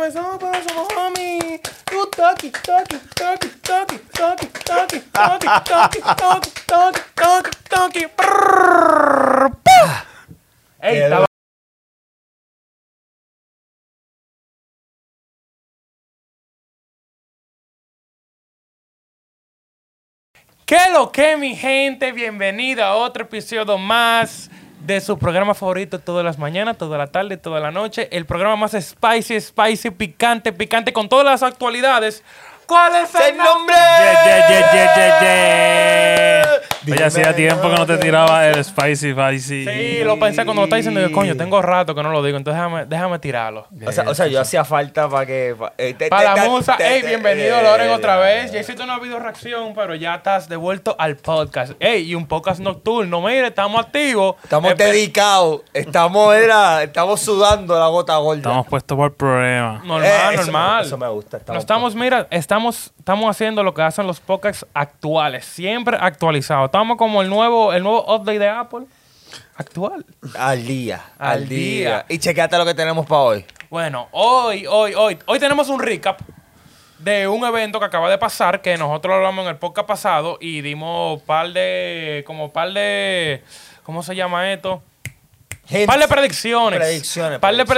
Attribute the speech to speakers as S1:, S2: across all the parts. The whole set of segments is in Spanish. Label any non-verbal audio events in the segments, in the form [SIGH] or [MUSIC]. S1: me sopa, somos homies. Tú toqui, toqui, toqui, toqui, toqui, toqui, toqui, toqui, toqui, toqui, toqui, toqui. Prrrr, pa. Ey,
S2: Quedó.
S1: estaba- ¿Qué lo que, mi gente? Bienvenido a otro episodio más de su programa favorito todas las mañanas, toda la tarde, toda la noche. El programa más spicy, spicy, picante, picante, con todas las actualidades. ¿Cuál es el,
S2: ¡El nombre!
S3: Ye, ye, ye, ye, ye, ye. Oye,
S2: Dime
S3: hacía tiempo que no te tiraba el
S1: Sí,
S3: spicy, spicy.
S1: lo pensé cuando lo estaba diciendo. Yo, coño, tengo rato que no lo digo, entonces déjame, déjame tirarlo.
S2: O sea, o sea, yo hacía falta para que. pa- eh, te-
S1: Para
S2: te-
S1: la
S2: te-
S1: musa,
S2: te-
S1: ey,
S2: te-
S1: bienvenido
S2: eh,
S1: Loren
S2: eh,
S1: otra
S2: eh,
S1: vez. Ya hiciste una video reacción, pero ya estás devuelto al podcast. Ey, y un podcast nocturno. Mire, estamos activos. Eh,
S2: Estamos
S1: Espe-
S2: dedicados. Estamos, era, estamos sudando la gota gorda.
S3: Estamos puestos por el problema.
S1: Normal,
S2: Eh, eso-
S1: normal.
S2: eso me gusta, estamos-
S1: No estamos, mira, estamos, estamos haciendo lo que hacen los podcasts actuales, siempre actualizados. Estamos como el nuevo, el nuevo update de Apple. Actual.
S2: Al día. Al,
S1: Al
S2: día.
S1: día.
S2: Y chequeate lo que tenemos para hoy.
S1: Bueno, hoy, hoy, hoy, hoy tenemos un recap de un evento que acaba de pasar, que nosotros lo hablamos en el podcast pasado y dimos par de, como par de, ¿cómo se llama esto?
S2: Gente,
S1: Par de predicciones.
S2: Predicciones,
S1: Par de
S2: predicciones.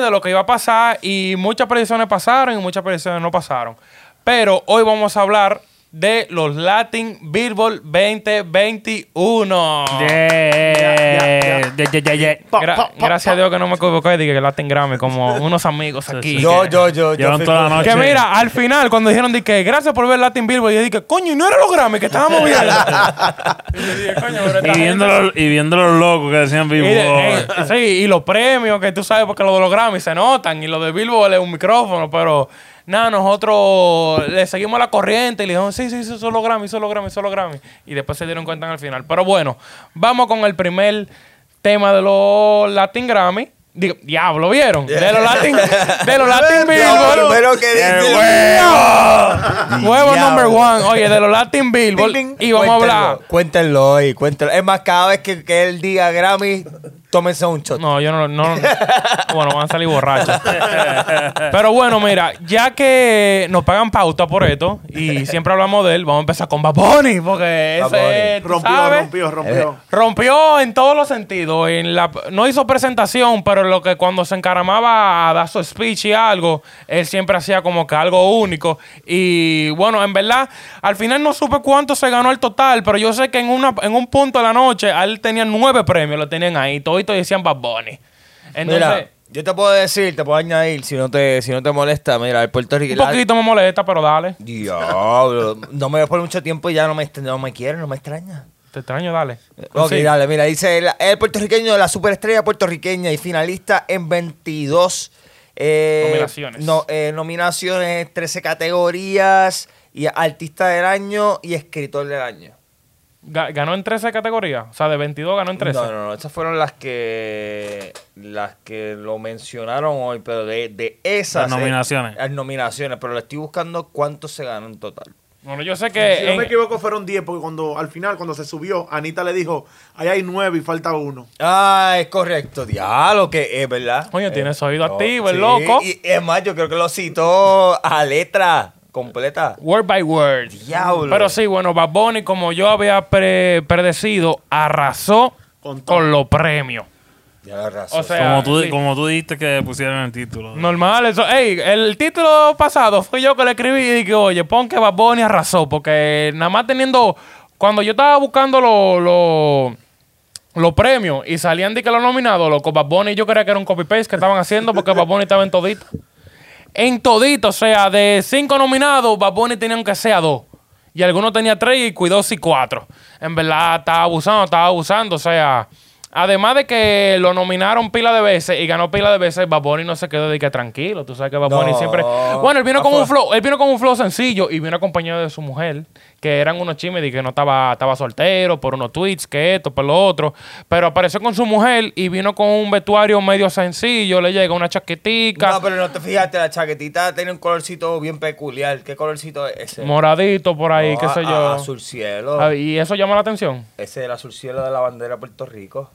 S1: predicciones de lo que iba a pasar y muchas predicciones pasaron y muchas predicciones no pasaron. Pero hoy vamos a hablar de los Latin Billboard 2021.
S3: Yeah. Ye, ye, ye, ye.
S1: Gra- gracias a Dios que no me equivoqué y dije que Latin Grammy como unos amigos aquí.
S2: Yo,
S1: que-
S2: yo, yo, yo.
S3: Llevan
S2: fui
S3: toda la
S2: con-
S3: noche.
S1: que mira, al final, cuando dijeron de que gracias por ver Latin Billboard, yo dije, coño, y no eran los Grammy que estábamos viendo. y yo dije, coño, pero esta
S3: Y viendo,
S1: gente-
S3: los, y viendo los locos que decían
S1: y
S3: vivo.
S1: de- eh, sí, y los premios, que tú sabes, porque lo de los Grammy se notan, y lo de Billboard es un micrófono, pero nada, nosotros le seguimos la corriente y le dijimos, sí, sí, sí, solo Grammy, solo Grammy, solo Grammy. Y después se dieron cuenta al final. Pero bueno, vamos con el primer tema de los Latin Grammy. Digo, diablo, ¿vieron? De los Latin, de los Latin
S2: [LAUGHS] Lo
S1: Billboard.
S2: primero que dice-
S1: Huevo
S2: Diablo.
S1: number one. Oye, de los Latin Billboard.
S2: Ding, ding.
S1: Y vamos a hablar.
S2: Cuéntenlo, Cuéntenlo hoy, cuéntenlo. Es más, cada vez que, que él diga Grammy, tómense un shot.
S1: No, yo no, no. Bueno, van a salir borrachos. Pero bueno, mira, ya que nos pagan pauta por esto y siempre hablamos de él, vamos a empezar con Bad Bunny, porque
S2: Bad Bunny.
S1: ese es, ¿tú
S4: Rompió,
S1: sabes?
S4: rompió, rompió.
S1: Eh, Rompió en todos los sentidos. En la, no hizo presentación, pero lo que cuando se encaramaba a dar su speech y algo, él siempre hacía como que algo único. Y bueno, en verdad, al final no supe cuánto se ganó el total, pero yo sé que en, una, en un punto de la noche a él tenían nueve premios, lo tenían ahí. Todo esto decían Bad Bunny. Entonces,
S2: Mira, yo te puedo decir, te puedo añadir, si no te, si no te molesta, mira, el
S1: un
S2: puertorriqueño.
S1: poquito me molesta, pero dale.
S2: Diablo, no me ves por mucho tiempo y ya no me, no me quiere, no me extraña.
S1: Te extraño, dale.
S2: Ok,
S1: Pues Sí.
S2: dale, mira, dice el, el puertorriqueño, la superestrella puertorriqueña y finalista en 22 eh,
S1: Nominaciones.
S2: No, eh, nominaciones, 13 categorías, y artista del año y escritor del año.
S1: Ga- Ganó en 13 categorías. O sea, de 22 ganó en 13.
S2: No, no, no, estas fueron las que las que lo mencionaron hoy, pero de, de esas
S3: Las
S2: eh,
S3: nominaciones.
S2: las nominaciones, pero le estoy buscando cuánto se ganó en total.
S1: Bueno, yo sé
S4: Si
S1: que.
S4: no me
S1: Eh, en-
S4: equivoco, fueron 10, porque cuando al final, cuando se subió, Anita le dijo, ahí hay 9 y falta uno.
S2: Ah, es correcto, diablo, que es verdad.
S1: Coño,
S2: Eh,
S1: tienes oído
S2: no,
S1: activo, el
S2: sí,
S1: loco.
S2: Y es más, yo creo que lo citó a letra completa.
S1: Word by word.
S2: Diablo.
S1: Pero sí, bueno, Bad Bunny, como yo había pre- predecido, arrasó
S4: Con
S1: con,
S4: todo.
S1: los premios.
S2: Ya la razón.
S1: O sea,
S3: como, tú,
S1: eh, sí.
S3: como tú dijiste que pusieron el título.
S1: normal eso. Ey, el título pasado fui yo que le escribí y dije, oye, pon que Bad Bunny arrasó, porque nada más teniendo, cuando yo estaba buscando los los premios y salían de que los nominados, loco, Bad Bunny, yo creía que era un copy-paste que estaban haciendo porque Bad Bunny estaba en todito. En todito, o sea, de cinco nominados, Bad Bunny tenía aunque sea dos. Y algunos tenía tres y cuidó sí cuatro. En verdad, estaba abusando, estaba abusando. O sea, además de que lo nominaron pila de veces y ganó pila de veces, Bad Bunny no se quedó de que tranquilo. Tú sabes que Bad Bunny
S2: No.
S1: siempre... Bueno, él vino, con
S2: Afuera.
S1: un flow, él vino con un flow sencillo y vino acompañado de su mujer, que eran unos chismes de que no estaba, estaba soltero, por unos tweets, que esto, por lo otro. Pero apareció con su mujer y vino con un vestuario medio sencillo. Le llega una chaquetica.
S2: No, pero no te fijaste, la chaquetita tiene un colorcito bien peculiar. ¿Qué colorcito es ese? Ah,
S1: moradito por ahí,
S2: No,
S1: qué sé
S2: a-
S1: yo.
S2: a- Azul cielo.
S1: Ah, y eso llama la atención.
S2: Ese es el azul cielo de la bandera de Puerto Rico.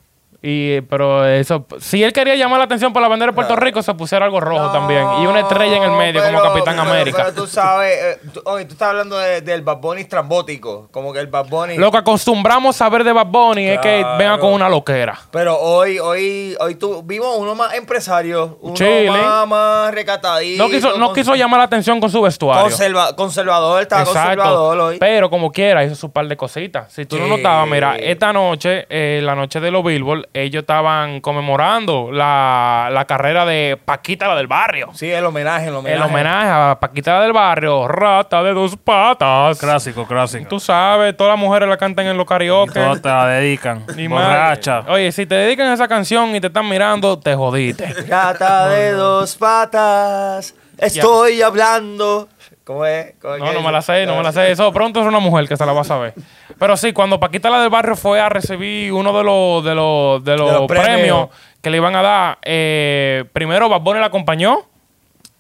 S1: Y, pero eso, si él quería llamar la atención por la bandera de
S2: Ah.
S1: Puerto Rico, se pusiera algo rojo también. Y una estrella en el medio, como
S2: pero-
S1: Capitán
S2: pero-
S1: América.
S2: Pero tú sabes, eh, tú, oye, tú estás hablando de- del Bad Bunny trambótico, como que el Bad Bunny.
S1: Lo que acostumbramos a ver de Bad Bunny es que
S2: Claro.
S1: venga con una loquera.
S2: Pero hoy, hoy, hoy tú, vimos uno más empresario, uno
S1: Chile.
S2: más, más recatadito.
S1: No quiso, no
S2: con-
S1: quiso llamar la atención con su vestuario.
S2: conserva- conservador, estaba conservador
S1: Exacto.
S2: hoy.
S1: Pero como quiera, hizo su par de cositas. Si tú no
S2: Sí.
S1: notabas, mira, esta noche, eh, la noche de los Billboard, ellos estaban conmemorando la, la carrera de Paquita, la del barrio.
S2: Sí, el homenaje, el homenaje.
S1: Pues, El homenaje a Paquita del barrio, rata de dos patas.
S3: Clásico, clásico.
S1: Tú sabes, todas las mujeres la cantan en los karaoke.
S3: Todas te la dedican.
S1: Ni
S3: Borracha.
S1: madre. Oye, si te dedican a esa canción y te están mirando, te jodiste.
S2: Gata de dos patas, estoy hablando. ¿Cómo es? ¿Cómo es
S1: No,
S2: que
S1: no
S2: dice?
S1: me la sé, no me la sé. Eso pronto es una mujer que se la va a saber. Pero sí, cuando Paquita la del barrio fue a recibir uno de los, de los, de los,
S2: los
S1: premios.
S2: premios.
S1: que le iban a dar, eh, primero Bad Bunny la acompañó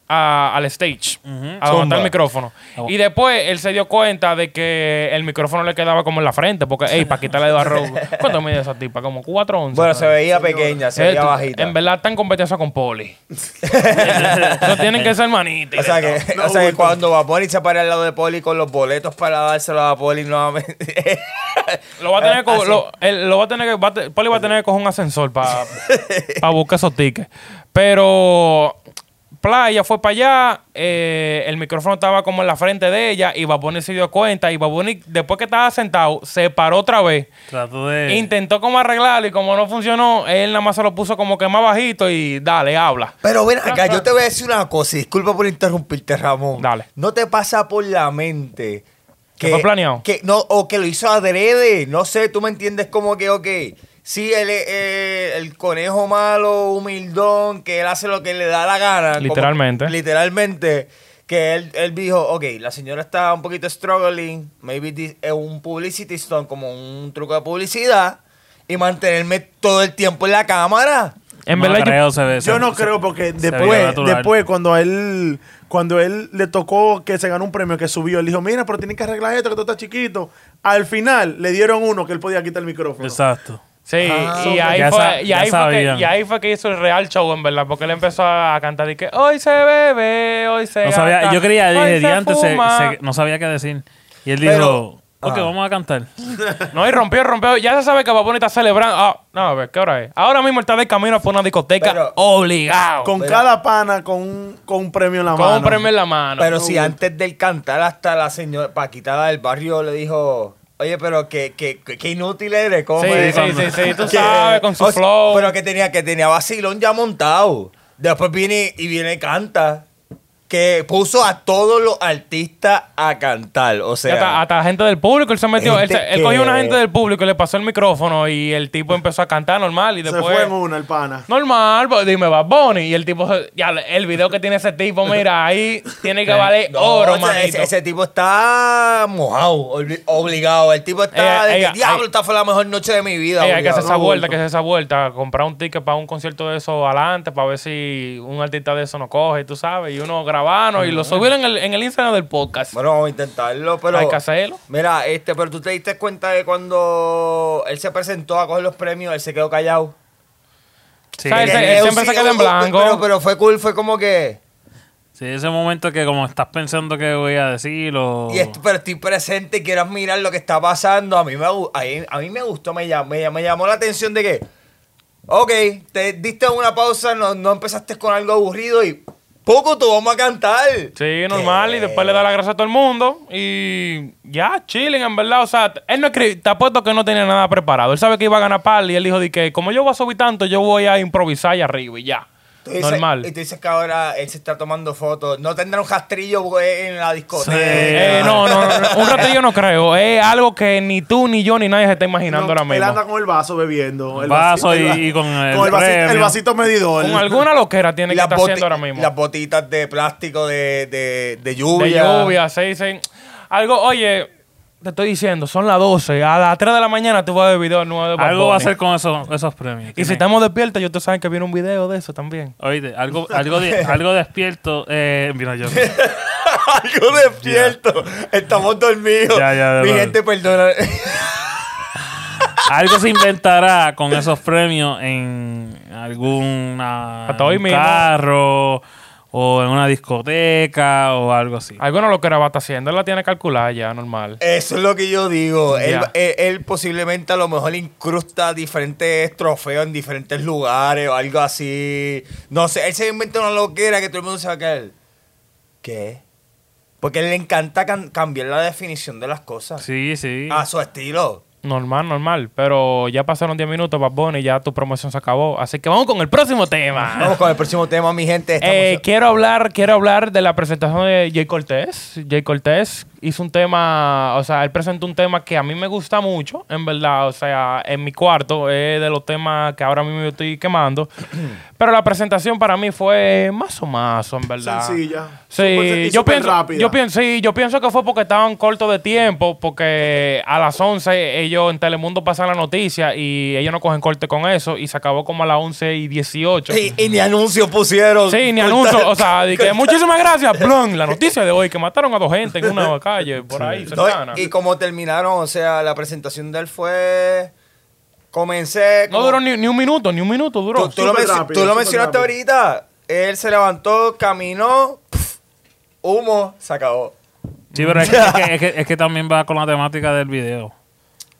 S1: a- al stage, a donde está el micrófono. Y después él se dio cuenta de que el micrófono le quedaba como en la frente, porque, hey, Paquita la del
S2: [LAUGHS]
S1: barrio, ¿cuánto mide esa tipa? Como 4 onzas.
S2: Bueno, se veía pequeña, se
S1: Eh,
S2: veía
S1: tú-
S2: bajita.
S1: En verdad están competencia con
S2: [LAUGHS]
S1: Poli. no tienen que ser manitas. y
S2: O sea
S1: de
S2: que,
S4: No,
S2: o sea que
S4: bulto.
S2: cuando va Poli se para al lado de Poli con los boletos para dárselo a Poli nuevamente.
S1: Lo va a tener,
S2: Así.
S1: que, lo, él lo va a tener que, va a te- Poli va a tener que coger un ascensor para buscar esos tickets. Pero Playa fue para allá, eh, el micrófono estaba como en la frente de ella y Baboni se dio cuenta y Baboni después que estaba sentado se paró otra vez.
S3: Trato de.
S1: Intentó como arreglarlo y como no funcionó, él nada más se lo puso como que más bajito y dale, habla.
S2: Pero ven acá, yo te voy a decir una cosa, y disculpa por interrumpirte, Ramón.
S1: Dale.
S2: No te pasa por la mente
S1: ¿Que fue planeado?
S2: Que, no, o que lo hizo adrede. No sé, tú me entiendes como que, ok. Sí, él es eh, el conejo malo, humildón, que él hace lo que le da la gana. como-
S1: Literalmente.
S2: literalmente. Que él, él dijo, ok, la señora está un poquito struggling. Maybe this es un publicity stunt, como un truco de publicidad. Y mantenerme todo el tiempo en la cámara.
S1: En
S3: No
S1: verdad yo-
S3: creo, se ve- se-
S4: Yo no
S3: se-
S4: creo porque
S3: se veía
S4: después,
S3: natural.
S4: después cuando él cuando él le tocó que se ganó un premio que subió, él dijo, mira, pero tienen que arreglar esto, que tú estás chiquito. Al final le dieron uno que él podía quitar el micrófono.
S3: Exacto.
S1: Sí, y,
S3: ok.
S1: ahí
S3: Ya sa-
S1: fue, y,
S3: ya
S1: ahí fue que,
S3: sabían.
S1: y ahí fue que hizo el real show, en verdad, porque él empezó a cantar y que hoy se bebe, hoy se
S3: No sabía,
S1: gasta,
S3: yo creía,
S1: hoy
S3: dije,
S1: se
S3: diante, se-
S1: fuma".
S3: se- no sabía qué decir. Y él
S2: Pero-
S3: dijo, ok,
S2: Ajá.
S3: vamos a cantar.
S1: No, y rompió, rompió. Ya se sabe que Baboni está celebrando. Ah, no, a ver, ¿qué hora es? Ahora mismo él está de camino por una discoteca
S2: Pero-
S1: obligado. Con,
S4: Con cada pana, con un, con un premio en la mano.
S1: un premio en la mano.
S2: Pero si antes del cantar hasta la señora Paquita la del barrio le dijo, oye, pero qué, qué, qué- qué inútil eres, ¿cómo
S1: sí,
S2: es?"
S1: sí, sí, sí, tú
S2: [LAUGHS] Que-
S1: sabes, con su
S2: o sea,
S1: flow.
S2: Pero que tenía, que tenía vacilón ya montado. Después viene y viene y canta. Que puso a todos los artistas a cantar. O
S1: Y hasta,
S2: sea,
S1: hasta la gente del público, él se metió. Él,
S2: Gente
S1: se- él cogió
S2: que-
S1: una gente del público y le pasó el micrófono y el tipo empezó a cantar normal y
S4: Se
S1: después.
S4: fue en una el pana.
S1: Normal, pues, dime Bad Bunny. Y el tipo, se- ya, el video que tiene ese tipo, mira, ahí tiene que
S2: [LAUGHS]
S1: valer
S2: Eh, no,
S1: oro,
S2: o sea,
S1: manito.
S2: ese, ese tipo está mojado, obli- obligado. El tipo está
S1: Ey,
S2: de que,
S1: ey,
S2: diablo,
S1: ey.
S2: esta fue la mejor noche de mi vida.
S1: Ey, hay que hacer
S2: obligado".
S1: esa
S4: no,
S1: vuelta, hay
S4: bulto.
S1: que hacer esa vuelta. Comprar un ticket para un concierto de eso adelante, para ver si un artista de eso nos coge, tú sabes. Y uno grabarnos y lo subieron en el, en el Instagram del podcast.
S2: Bueno, vamos a intentarlo, pero.
S1: Hay que hacerlo.
S2: Mira, este, pero tú te diste cuenta de cuando él se presentó a coger los premios, él se quedó callado.
S3: Sí,
S1: ¿Sabes? Él se- él
S2: Eh,
S1: siempre
S2: sí,
S1: se queda en
S2: oh,
S1: blanco.
S2: Pero, pero fue cool, fue como que.
S3: sí, ese momento que como estás pensando que voy a decir o...
S2: Y est- pero estoy presente y quiero mirar lo que está pasando. A mí me, gu- a mí- a mí me gustó, me llamó, me, llamó- me llamó la atención de que. Ok, te diste una pausa, no, no empezaste con algo aburrido y. Poco tú vamos a cantar.
S1: Sí, normal.
S2: ¿Qué?
S1: Y después le da la gracia a todo el mundo. Y ya, chillen, en verdad. O sea, él no escribió, te apuesto que no tenía nada preparado. Él sabe que iba a ganar par y él dijo de que como yo voy a subir tanto, yo voy a improvisar y arriba y ya.
S2: Tú dices-
S1: Normal.
S2: Y tú dices que ahora él se está tomando fotos. No tendrá un jastrillo güey, en la discoteca.
S1: Eh, no, no, no, no. un ratillo no creo. Es algo que ni tú, ni yo, ni nadie se está imaginando
S4: No,
S1: ahora mismo.
S4: Él anda con el vaso bebiendo.
S3: El
S4: el
S3: vaso
S4: vasito,
S3: y- y con el
S4: vasito-
S3: premio.
S4: el vasito medidor.
S1: Con alguna loquera tiene que
S2: Las
S1: estar
S2: boti-
S1: haciendo ahora mismo.
S2: Las botitas de plástico de, de, de
S1: de
S2: lluvia.
S1: lluvia, sí, sí. Algo, oye, te estoy diciendo, son las 12. A las 3 de la mañana tú vas a ver video nuevo de Bad
S3: Algo va a
S1: Bunny.
S3: hacer con esos esos premios.
S1: Y si
S3: Tiene-
S1: estamos despiertos, yo te saben que viene un video de eso también.
S3: Oíste, algo, algo,
S2: [LAUGHS]
S3: de- algo despierto. Eh, mira,
S2: [LAUGHS]
S3: yo...
S2: Algo despierto. Estamos dormidos.
S3: Ya, ya, ya,
S2: Mi
S3: vale.
S2: gente, perdona.
S3: Algo se inventará con esos premios en alguna
S1: Hasta hoy
S3: un
S1: mismo.
S3: carro o en una discoteca o algo así.
S1: Alguno lo que la está haciendo, él la tiene calculada ya, normal.
S2: Eso es lo que yo digo. Él,
S1: Ya.
S2: él- él posiblemente a lo mejor incrusta diferentes trofeos en diferentes lugares o algo así. No sé, él se inventa una loquera que todo el mundo se va a caer. ¿Qué? Porque a él le encanta can- cambiar la definición de las cosas
S3: Sí, sí.
S2: a su estilo.
S1: Normal, normal. Pero ya pasaron 10 minutos, Bad Bunny, ya tu promoción se acabó. Así que vamos con el próximo tema.
S2: Vamos con el próximo tema, mi gente. Estamos-
S1: Eh, quiero hablar, quiero hablar de la presentación de Jay Cortés. Jay Cortés hizo un tema, o sea, él presentó un tema que a mí me gusta mucho, en verdad, o sea, en mi cuarto es de los temas que ahora mismo yo estoy
S4: [CLEARS THROAT]
S1: quemando. Pero la presentación para mí fue más o más, en verdad.
S4: Sencilla. Súper-
S1: Sí,
S4: y
S1: yo
S4: súper
S1: pienso,
S4: rápida.
S1: yo pienso, sí, yo pienso que fue porque estaban cortos de tiempo, porque a las 11 ellos en Telemundo pasan la noticia y ellos no cogen corte con eso y se acabó como a las 11 y 18.
S2: y, y ni anuncio pusieron.
S1: Sí, ni anuncio. O sea, de que muchísimas gracias. Blon, la noticia de hoy, que mataron a dos gente en
S3: [LAUGHS]
S1: una calle por ahí
S2: No,
S1: cercana.
S2: y como terminaron, o sea, la presentación de él fue... Comencé...
S1: No
S2: como-
S1: duró ni, ni un minuto, ni un minuto duró.
S2: Tú, tú lo,
S4: Súper
S2: menci-
S4: rápido,
S2: tú lo
S4: súper
S2: mencionaste
S4: rápido.
S2: ahorita. Él se levantó, caminó, pf, humo, se acabó.
S3: Sí, pero es que, es, que, es que- es que también va con la temática del video.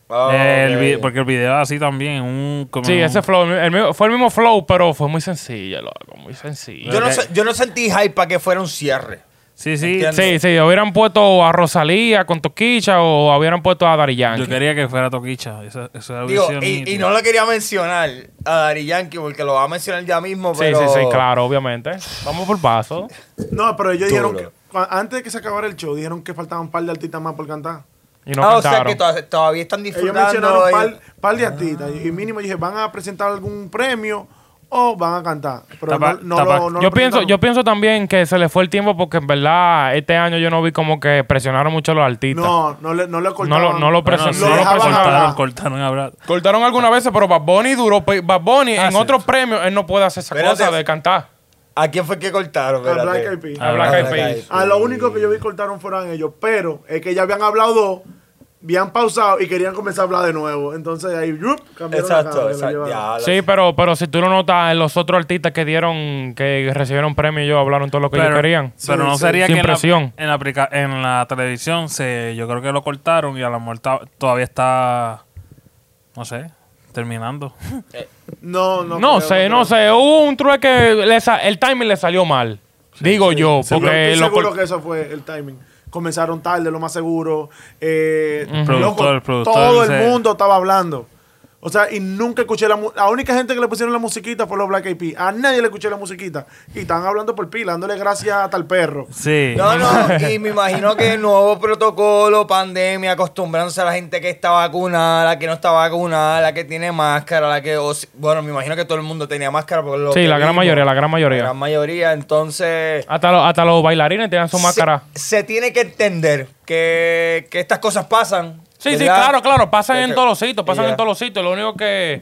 S2: Oh,
S3: El
S2: ok.
S3: vi- porque el video así también. Un, como
S1: Sí,
S3: un-
S1: ese flow, el mismo- fue el mismo flow, pero fue muy sencillo, loco, muy sencillo.
S2: yo, no, se- yo no sentí hype para que fuera un cierre.
S3: Sí, sí.
S2: Entiendo.
S1: Sí, sí, hubieran puesto a Rosalía con Toquicha o hubieran puesto a Dari Yankee.
S3: Yo quería que fuera Toquicha. Eso, eso es
S2: Digo,
S3: audición
S2: y, y
S3: nítida.
S2: no lo quería mencionar a Dari Yankee porque lo va a mencionar ya mismo.
S1: Sí,
S2: Pero...
S1: sí, sí, claro, obviamente. Vamos por paso.
S4: No, pero ellos dijeron
S2: Duro.
S4: que cua- antes de que se acabara el show, dijeron que faltaban un par de artistas más por cantar.
S1: Y no
S2: ah, o sea
S1: cantaron.
S2: que to- todavía están
S4: Ellos
S2: disfrutando.
S4: mencionaron un
S2: ellos-
S4: par, par de artistas. Y mínimo yo dije, ¿van a presentar algún premio o van a cantar? Pero
S3: Tapa-
S4: no, no
S3: tapa-
S4: lo- no
S1: yo pienso,
S4: lo presentaron.
S1: yo pienso también que se le fue el tiempo porque en verdad este año yo no vi como que presionaron mucho a los artistas.
S4: No, no le, no le
S1: no
S4: cortaban.
S1: lo, no lo
S3: No, no,
S1: presen-
S3: sí,
S1: no lo
S4: dejaban
S1: presentaron.
S4: hablar.
S3: cortaron, cortaron abrazo.
S1: Cortaron algunas veces, pero Bad Bunny duró. pe- Bad Bunny
S3: Ah,
S1: en
S3: sí.
S1: otros premios, él no puede hacer esa
S2: Espérate.
S1: cosa de cantar.
S2: ¿A quién fue que cortaron?
S4: A
S2: Espérate.
S4: Black Eyed Peas.
S1: A Black Eyed Peas.
S4: Ah, lo único que yo vi cortaron fueron ellos, pero es que ya habían hablado dos, habían pausado y querían comenzar a hablar de nuevo. Entonces ahí, yup, cambiaron la cámara,
S2: Exacto,
S4: lo
S2: exacto.
S4: llevaron.
S2: diablo.
S1: Sí, pero, pero si tú lo notas, en los otros artistas que dieron, que recibieron premios, ellos hablaron todo lo que Pues ellos querían.
S3: pero no
S4: Sí,
S3: sería
S1: sí.
S3: que
S1: Sin
S3: en la,
S1: presión.
S3: en la aplica- en la televisión se, yo creo que lo cortaron y a la muerta todavía está, no sé,
S2: [LAUGHS]
S3: terminando.
S4: No, no.
S1: No,
S4: creo,
S1: sé, no sé. Hubo un trueque, le sa- el timing le salió mal. digo yo,
S4: creo. Seguro-
S1: porque
S4: estoy
S1: lo
S4: seguro
S1: col-
S4: que eso fue el timing. Comenzaron tarde, lo más seguro. Eh,
S3: Productor, productor,
S4: todo
S3: dice-
S4: el mundo estaba hablando. O sea, y nunca escuché la mu- La única gente que le pusieron la musiquita fue los Black Eyed Peas. A nadie le escuché la musiquita. Y estaban hablando por pila, dándole gracias a tal perro.
S3: Sí.
S2: No, no, y me imagino que el nuevo protocolo, pandemia, acostumbrándose a la gente que está vacunada, la que no está vacunada, la que tiene máscara, la que. o si- bueno, me imagino que todo el mundo tenía máscara. Por lo
S1: Sí,
S2: que
S1: la gran
S2: vimos.
S1: mayoría, la gran mayoría.
S2: La gran mayoría, entonces.
S1: hasta, los- hasta los bailarines tenían su máscara.
S2: Se, se tiene que entender que, que estas cosas pasan.
S1: Sí, sí,
S2: ¿verdad?
S1: claro, claro. Pasan
S2: Creo
S1: en
S2: que-
S1: todos los sitios, pasan
S2: y ya.
S1: en todos los sitios. Lo único que.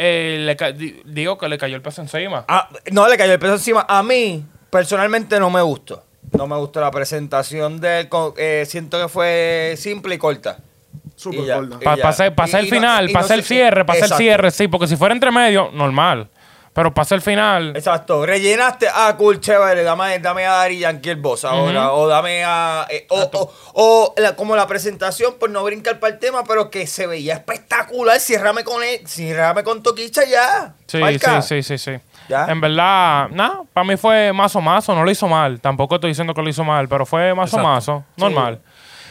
S1: eh, le ca- di- digo que le cayó el peso encima.
S2: Ah, no, le cayó el peso encima. A mí, personalmente, no me gustó. No me gustó la presentación del. co- eh, siento que fue simple y corta.
S4: Súper
S2: Y ya.
S4: gorda.
S1: Pa-
S2: ya.
S1: pasé pasé
S2: Y-
S1: el
S2: y no-
S1: final,
S2: y no
S1: pasé
S2: sé-
S1: el cierre, pasé el
S2: Exacto.
S1: cierre, sí, porque si fuera entre medio, normal. Pero pasé el final.
S2: Exacto, rellenaste. Ah, cool, chévere. Dame, dame a Dari Yankee el boss ahora. O dame a. eh, o o- o la- como la presentación, por no brincar para el tema, pero que se veía espectacular. Ciérrame con él, ciérrame con Toquicha ya.
S1: Sí,
S2: Marca.
S1: sí, sí, sí, sí.
S2: ¿Ya?
S1: En verdad, nada, para mí fue más o mazo, no lo hizo mal. Tampoco estoy diciendo que lo hizo mal, pero fue más o
S3: Exacto.
S1: mazo, normal.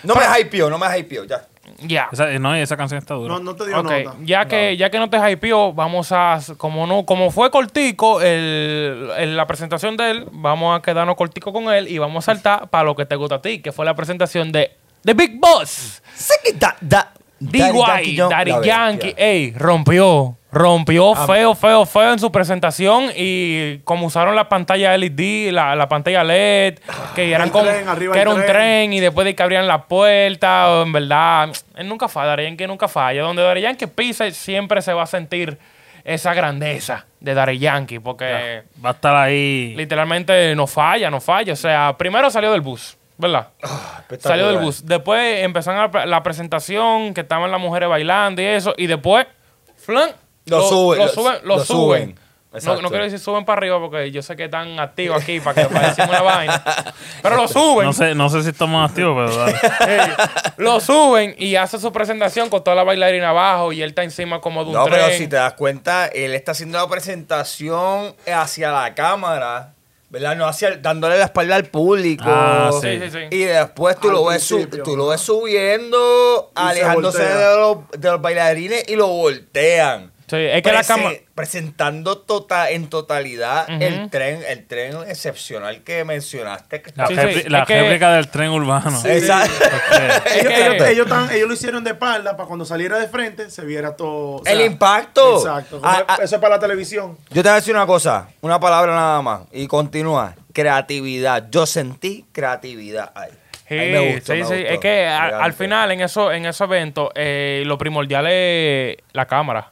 S2: No me hypeó, no me hypeó, ya.
S1: Ya.
S3: Esa, eh, no, y esa canción está dura.
S4: No, no te dio
S1: Ok,
S4: nota.
S1: ya que, ya que no te hypeó, vamos a, como no, como fue cortico el, el- la presentación de él, vamos a quedarnos cortico con él y vamos a saltar para lo que te gusta a ti, que fue la presentación de The Big Boss.
S2: Sé que da, da,
S1: DY, Daddy Yankee, ey, rompió. Rompió feo, feo, feo en su presentación y como usaron la pantalla LED, la, la pantalla LED, que eran
S4: Ah, el
S1: como
S4: tren, arriba
S1: que
S4: el
S1: era un
S4: tren.
S1: tren y después de que abrían la puerta, o en verdad, él nunca falla, Daddy Yankee nunca falla. Donde Daddy Yankee pise, siempre se va a sentir esa grandeza de Daddy Yankee, porque
S3: Va a estar ahí.
S1: literalmente no falla, no falla. O sea, primero salió del bus. ¿verdad?
S2: Ah, Espectacular.
S1: Salió del bus. Después empezaron a pre- la presentación, que estaban las mujeres bailando y eso. Y después, flan,
S2: Lo suben,
S1: Lo
S2: lo-
S1: suben. lo
S2: lo
S1: suben.
S2: suben.
S1: No,
S2: Exacto.
S1: no quiero decir suben para arriba porque yo sé que están activos aquí para que parezcan una
S2: [LAUGHS]
S1: vaina. Pero lo suben.
S3: No sé, no sé si estamos activos, pero dale.
S1: Ey, lo suben y hace su presentación con toda la bailarina abajo y él está encima como de un
S2: No,
S1: tren.
S2: pero si te das cuenta, él está haciendo la presentación hacia la cámara, ¿verdad? No hacia el- dándole la espalda al público.
S3: Ah, sí.
S1: Sí, sí, sí.
S2: Y después tú
S4: Al
S2: lo, ves su-
S4: principio.
S2: tú lo ves subiendo,
S4: Y se
S2: alejándose
S4: voltea.
S2: de los, de los bailarines y lo voltean.
S1: Sí, es que la
S2: Prese-
S1: cámara-
S2: Presentando tota- en totalidad
S1: Ujú.
S2: el tren, el tren excepcional que mencionaste. que
S3: La,
S1: Sí,
S3: repli-
S1: sí,
S3: la
S1: es que-
S3: réplica del tren
S1: Ah,
S3: urbano.
S2: está- Exacto. [LAUGHS]
S3: Ok.
S1: Es
S4: Ellos,
S1: que-
S4: ellos- ellos tan- ellos lo hicieron de espalda para cuando saliera de frente se viera todo. o sea,
S2: el impacto.
S4: Exacto.
S2: Ah, ah,
S4: Eso es para la televisión.
S2: Yo te voy a decir una cosa, una palabra nada más, y continúa. Creatividad. Yo sentí creatividad ahí.
S1: Sí,
S2: Ahí me gustó,
S1: sí,
S2: me
S1: sí.
S2: gustó.
S1: Es que a-
S2: Elegante.
S1: al final, en eso, en esos eventos, eh, lo primordial es la cámara,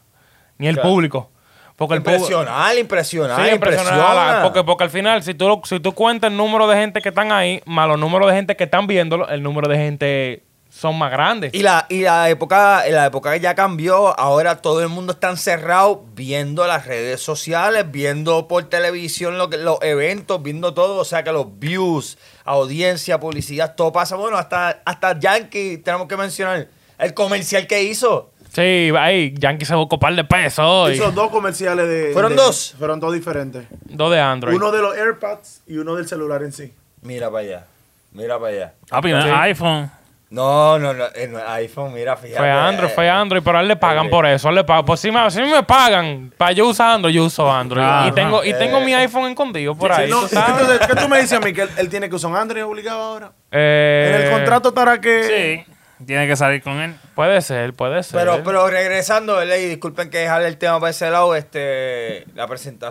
S1: ni el
S2: Claro.
S1: público. Porque pues, el público.
S2: Impresionar, impresionar,
S1: Sí, impresionada,
S2: impresiona.
S1: Porque, porque al final, si tú, lo- si tú cuentas el número de gente que están ahí, más los números de gente que están viéndolo, el número de gente son más grandes.
S2: Y la, y la época, la época ya cambió, ahora todo el mundo está encerrado viendo las redes sociales, viendo por televisión lo que, los eventos, viendo todo, o sea que los views, audiencia, publicidad, todo pasa. Bueno, hasta, hasta Yankee, tenemos que mencionar el comercial que hizo.
S1: Sí, ahí, Yankee se buscó un par de pesos hoy.
S4: Hizo dos comerciales de.
S2: ¿Fueron
S4: de-
S2: dos?
S4: Fueron dos diferentes.
S1: Dos de Android.
S4: Uno de los AirPods y uno del celular en sí.
S2: Mira para allá, mira para allá.
S3: Ah, pero
S1: Sí.
S3: iPhone.
S2: No, no, eh, no, el iPhone, mira, fíjate.
S1: Fue Android, fue Android, pero a él le pagan
S2: Ok.
S1: por eso. a él le pagan. Pues si me, si me pagan para yo usar Android, yo uso Android.
S3: Ah,
S1: y tengo, y
S2: eh.
S1: tengo mi iPhone escondido por ahí.
S4: No,
S1: ¿tú
S2: [LAUGHS]
S1: sabes?
S4: entonces, ¿qué tú me dices a mí? Que él, él tiene que usar Android obligado ahora.
S1: Eh,
S4: en el contrato estará que.
S3: Sí. Tiene que salir con él.
S1: Puede ser, puede ser.
S2: Pero, pero regresando, ¿verdad? Y disculpen que dejarle el tema para ese lado, este, la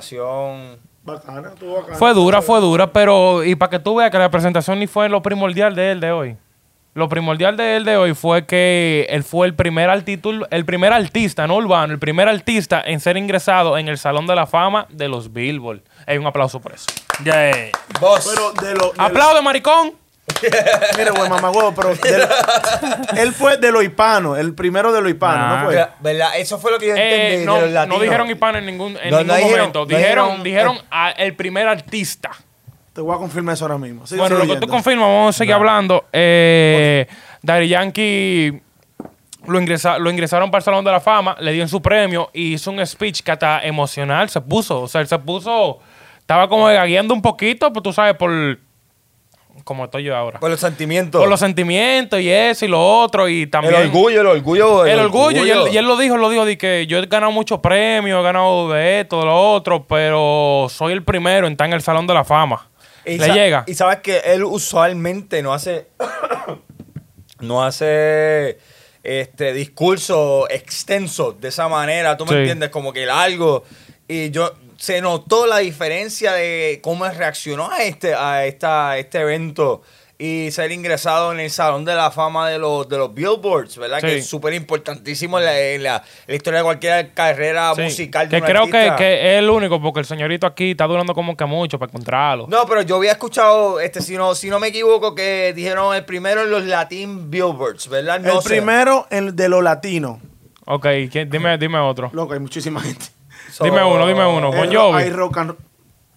S2: presentación.
S4: Bacana, estuvo bacana.
S1: fue dura, fue dura, pero y para que tú veas que la presentación ni fue lo primordial de él de hoy. Lo primordial de él de hoy fue que él fue el primer altitul- el primer artista, no urbano, el primer artista en ser ingresado en el Salón de la Fama de los Billboard. Hay un aplauso por eso.
S3: Ya. eh,
S2: Vos.
S4: Pero de los.
S1: ¡Aplaude, maricón!
S4: Mire, güey, mamagüevo, pero.
S1: [LAUGHS]
S4: de lo- él fue de los hispanos, el primero de los hispanos,
S3: Ah.
S4: ¿no fue?
S2: Ver- ¿Verdad? Eso fue lo que
S1: Eh,
S2: yo entendí. de
S1: no,
S2: los
S1: no
S2: latinos.
S1: dijeron hispano en ningún, en
S2: No, no
S1: ningún
S2: dijeron-
S1: momento.
S2: no
S1: Dijeron,
S2: dijeron-
S1: dijeron a- el primer artista.
S4: Te voy a confirmar eso ahora mismo. Sí,
S1: bueno,
S4: sigue
S1: lo que tú
S4: yendo.
S1: confirmas, vamos a seguir hablando. Eh, Daddy Yankee lo, ingresa- lo ingresaron para el Salón de la Fama, le dieron su premio y hizo un speech que hasta emocional se puso. O sea, él se puso. Estaba como gagueando un poquito, pues tú sabes, por. Como estoy yo ahora.
S2: Por los sentimientos.
S1: Por los sentimientos y eso y lo otro. Y también.
S2: El orgullo, el orgullo.
S1: El, orgullo, Y, él, y él lo dijo, lo dijo, de que yo he ganado muchos premios, he ganado de esto, de lo otro, pero soy el primero en estar en el Salón de la Fama.
S2: Y
S1: Le
S2: sa-
S1: llega.
S2: Y sabes que él usualmente no hace. [COUGHS] no hace. Este discurso extenso de esa manera, tú me
S1: Sí.
S2: entiendes, como que largo. Y yo. Se notó la diferencia de cómo él reaccionó a este, a esta, a este evento y ser ingresado en el Salón de la Fama de los, de los Billboards, ¿verdad?
S1: Sí.
S2: Que es súper importantísimo en la, en la- en la historia de cualquier carrera
S1: Sí,
S2: musical. De
S1: que
S2: un
S1: creo que,
S2: artista.
S1: que es el único, porque el señorito aquí está durando como que mucho para encontrarlo.
S2: No, pero yo había escuchado, este, si no, si no me equivoco, que dijeron el primero en los Latin Billboards, ¿verdad? No
S4: el
S2: sé.
S4: primero el de los latinos.
S1: Ok, ¿quién- dime, dime otro.
S4: Loco, hay muchísima gente.
S2: So-
S1: dime uno, dime uno. Bon
S4: Eh,
S1: Jovi.
S4: Hay rock and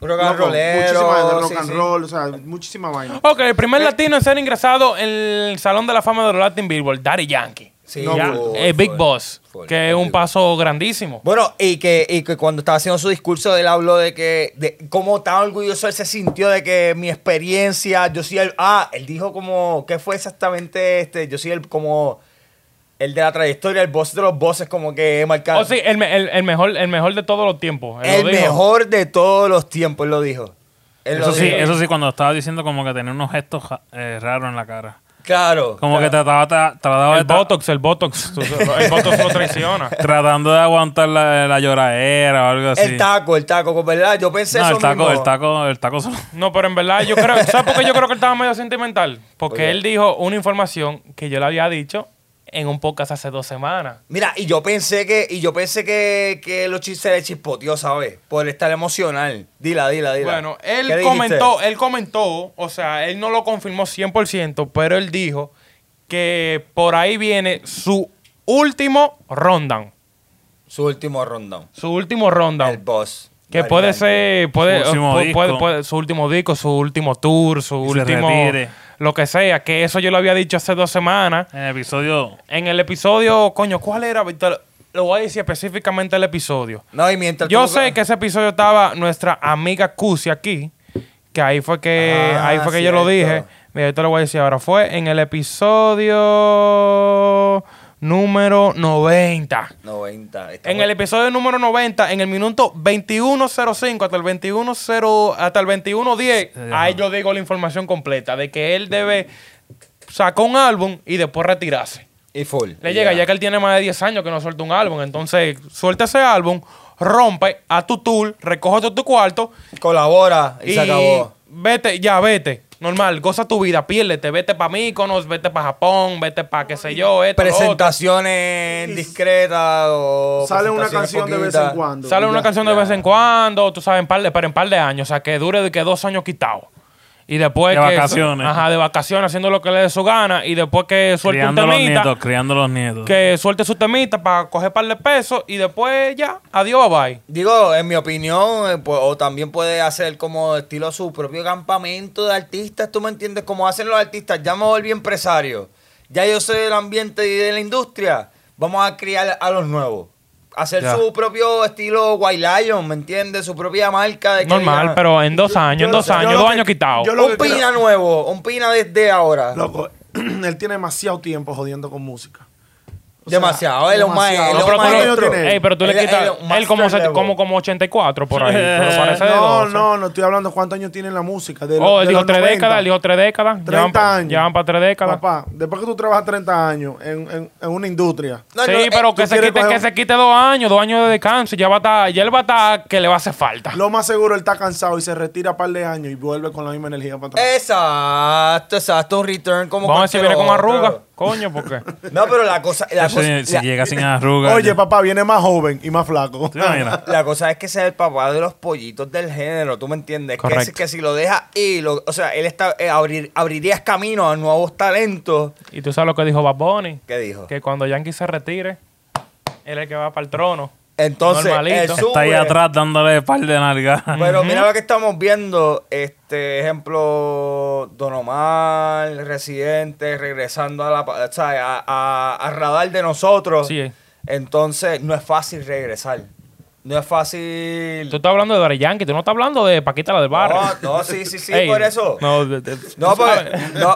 S2: Rock and
S4: loco,
S2: rollero,
S4: Muchísima gente, rock
S2: sí,
S4: and
S2: sí.
S4: roll, o sea, muchísima vaina.
S1: Ok, el
S2: Eh.
S1: primer latino en ser ingresado en el Salón de la Fama de los Latin Billboard, Daddy Yankee.
S2: Sí,
S1: Ya,
S2: full,
S1: eh, Big
S2: full,
S1: Boss,
S2: full,
S1: que es
S2: full.
S1: un paso grandísimo.
S2: Bueno, y que, y que cuando estaba haciendo su discurso, él habló de que de cómo tan orgulloso él se sintió de que mi experiencia, yo soy el. Ah, él dijo como, ¿qué fue exactamente este? Yo soy el como. El de la trayectoria, el boss de los bosses, como que he marcado.
S1: O Oh, sí, el, me- el- el mejor, el mejor de todos los tiempos. él
S2: el
S1: lo dijo.
S2: mejor de todos los tiempos, él lo dijo. Él
S3: Eso
S2: lo
S3: sí,
S2: dijo.
S3: eso sí, cuando estaba diciendo como que tenía unos gestos ja- eh, raros en la cara.
S2: Claro.
S3: Como que
S2: claro.
S3: trataba, tra- trataba de
S1: El
S3: ta-
S1: Botox, el Botox. [LAUGHS] El Botox lo traiciona.
S3: tratando de aguantar la, la lloradera o algo así.
S2: El taco, el taco, ¿verdad? Yo pensé
S3: no,
S2: eso
S3: el taco,
S2: mismo.
S3: el taco, el taco solo.
S1: No, pero en verdad yo creo... ¿Sabes por qué yo creo que él estaba medio sentimental? Porque él dijo una información que yo le había dicho en un podcast hace dos semanas.
S2: Mira, y yo pensé que, y yo pensé que, que los chistes le chispoteó, ¿sabes? Por estar emocional. Dila, dila, dila.
S1: Bueno,
S2: ¿Qué
S1: él
S2: dijiste?
S1: comentó, él comentó, o sea, él no lo confirmó 100%, pero él dijo que por ahí viene su último rundown.
S2: Su último rundown.
S1: Su último rundown.
S2: El boss.
S1: Que puede ser, puede,
S3: Su último
S1: pu-
S3: disco.
S1: puede- puede- su último disco, su último tour, su
S3: Y se
S1: último,
S3: retire.
S1: lo que sea, que eso yo lo había dicho hace dos semanas.
S3: En el episodio.
S1: En el episodio, coño, ¿cuál era? Te lo- Lo voy a decir específicamente el episodio.
S2: No, y mientras
S1: Yo
S2: tú-
S1: sé que ese episodio estaba nuestra amiga Cusi aquí, que ahí fue que,
S2: Ah,
S1: ahí fue que yo lo
S2: cierto.
S1: dije. Mira, yo te lo voy a decir ahora. Fue en el episodio número 90.
S2: 90. Estamos-
S1: En el episodio número 90, en el minuto 21.05 hasta el 21.0 hasta el 21.10, ahí yo digo la información completa de que él debe sacó un álbum y después retirarse.
S2: Y full.
S1: Le llega,
S2: Ya.
S1: ya que él tiene más de 10 años que no suelta un álbum, entonces suelta ese álbum, rompe a tu tour, recoge todo tu cuarto
S2: Colabora y,
S1: y
S2: se acabó.
S1: vete, ya vete. Normal, goza tu vida, piérdete, vete para Míconos, vete para Japón, vete para qué sé yo, esto, lo otro.
S2: Presentaciones
S4: Y-
S2: discretas o.
S4: Sale una
S2: presentaciones
S4: canción de vez
S2: poquitas.
S4: en cuando.
S1: Sale
S2: Ya,
S1: una canción de
S2: ya.
S1: vez en cuando, tú sabes, en par de- pero en par de años. O sea, que dure de que dos años quitado. Y después
S3: De
S1: que-
S3: vacaciones.
S1: Ajá, de vacaciones, haciendo lo que le dé su gana. Y después que suelte
S3: Criando
S1: un
S3: los
S1: temita.
S3: nietos, criando los nietos.
S1: Que suelte su temita para coger par de pesos. Y después ya, adiós, bye bye.
S2: Digo, en mi opinión, eh, pues, o también puede hacer como estilo su propio campamento de artistas, tú me entiendes, como hacen los artistas, ya me volví empresario, ya yo soy del ambiente y de la industria, vamos a criar a los nuevos. Hacer
S1: Ya.
S2: su propio estilo White Lion, ¿me entiendes? Su propia marca. De que
S1: Normal,
S2: diga,
S1: pero en dos años,
S4: yo
S1: en
S4: lo
S1: dos
S4: sé, yo
S1: años,
S4: lo
S1: dos
S4: que-
S1: años quitado.
S4: yo lo-
S2: Un pina nuevo, un pina desde
S1: Oh.
S2: ahora.
S4: Loco, [CLEARS THROAT] él tiene demasiado tiempo jodiendo con música. O sea,
S2: demasiado, él es un
S4: demasiado.
S1: No,
S2: maestro.
S1: pero, tú lo-
S4: ¿cuántos años tiene él?
S1: Ey, pero tú
S2: Él
S1: le
S2: es-
S1: quitas.
S2: él es un
S1: Él, como,
S2: master
S1: se-
S2: level.
S1: como, como 84 por ahí. pero parece de
S4: eh, No,
S1: 12.
S4: no, no estoy hablando cuántos años tiene en la música. De
S1: Oh,
S4: los-
S1: él
S4: de
S1: dijo
S4: los
S1: tres
S4: 90.
S1: décadas, él dijo tres décadas.
S4: 30 años.
S1: Llevan para tres décadas.
S4: Papá, después que tú trabajas 30 años en, en- en una industria,
S2: No,
S1: sí,
S2: no, eh,
S1: pero
S4: tú
S1: que se,
S4: quieres
S1: quite,
S4: coger-
S1: que se quite dos años, dos años de descanso. y Ya va a estar, ya él va a estar que le va a hacer falta.
S4: lo más seguro él está cansado y se retira un par de años y vuelve con la misma energía para atrás.
S2: Eh, Exacto, exacto, un return como
S1: Vamos a ver si viene
S2: cualquier
S1: con
S2: otro.
S1: arruga. Coño, porque.
S2: No, pero la cosa... La cosa
S3: si, si
S2: la-
S3: llega sin arrugas.
S4: Oye,
S3: ya.
S4: papá, viene más joven y más flaco.
S2: [LAUGHS]
S3: ¿Te imaginas?
S2: La cosa es que ese es el papá de los pollitos del género, ¿tú me entiendes? Que,
S1: Correcto.
S2: si- que si lo deja y lo, o sea, él está eh, abrir, abrirías camino a nuevos talentos.
S1: Y tú sabes lo que dijo Bad Bunny.
S2: ¿Qué dijo?
S1: Que cuando Yankee se retire, él es el que va para el trono.
S2: Entonces,
S1: Normalito.
S2: él sube,
S3: Está ahí atrás dándole par de nalgas. [LAUGHS]
S2: Pero mira lo que estamos viendo, este ejemplo, Don Omar, Residente, regresando a la, pa- o sea, a, a- al radar de nosotros.
S1: Sí.
S2: Entonces, no es fácil regresar. No es fácil.
S1: Tú estás hablando de Daddy Yankee, tú no estás hablando de Paquita la del barrio.
S2: No, no, sí, sí,
S1: [LAUGHS]
S2: sí,
S1: Ey,
S2: por eso.
S1: No, de- de-
S2: No,
S1: tú
S2: porque,
S1: sabes.
S2: no.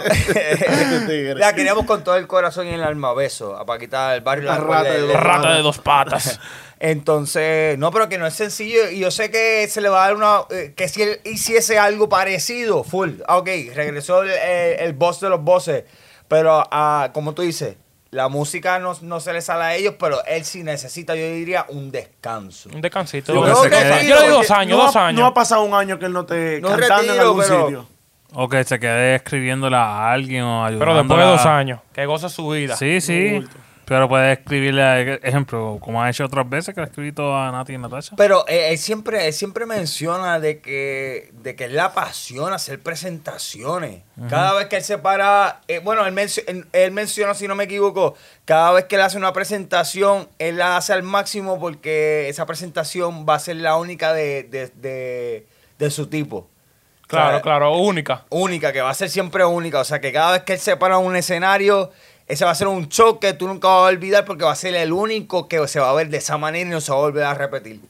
S4: tigre.
S2: la queríamos con todo el corazón y el alma beso. A Paquita del barrio.
S4: La
S2: cual
S4: rata
S2: le-
S4: de
S2: le-
S4: dos-
S1: Rata de dos patas.
S2: Entonces, no, pero que no es sencillo. Y yo sé que se le va a dar una. eh, que si él hiciese algo parecido, full. Ah, ok, regresó el, el- el boss de los bosses. Pero, ah, como tú dices, la música no, no se le sale a ellos, pero él sí necesita, yo diría, un descanso.
S1: Un descansito.
S3: Yo
S1: Yo,
S3: creo que se
S1: le
S2: quede.
S1: digo dos
S4: Porque
S1: años,
S4: no
S1: dos
S4: ha- No ha
S1: años.
S4: pasado un año que él no esté
S2: No
S4: cantando en
S2: retiro,
S4: algún
S2: pero-
S4: sitio.
S3: O que se quede escribiéndole a alguien o
S1: pero
S3: ayudándola.
S1: después de dos años, que goza su vida.
S3: Sí, sí.
S4: Bulto.
S3: Pero puede escribirle, a- ejemplo, como ha hecho otras veces que le ha escrito a Nati y Natasha.
S2: Pero eh, él, siempre, él siempre menciona de que, de que él le apasiona hacer presentaciones. Cada vez que él se para, eh, bueno, él, mencio- él- él menciona, si no me equivoco, cada vez que él hace una presentación, él la hace al máximo porque esa presentación va a ser la única de, de, de- de su tipo.
S1: Claro,
S2: O sea,
S1: claro, única.
S2: Única, que va a ser siempre única. O sea, que cada vez que él se para en un escenario, ese va a ser un show que tú nunca vas a olvidar porque va a ser el único que se va a ver de esa manera y no se va a volver a repetir.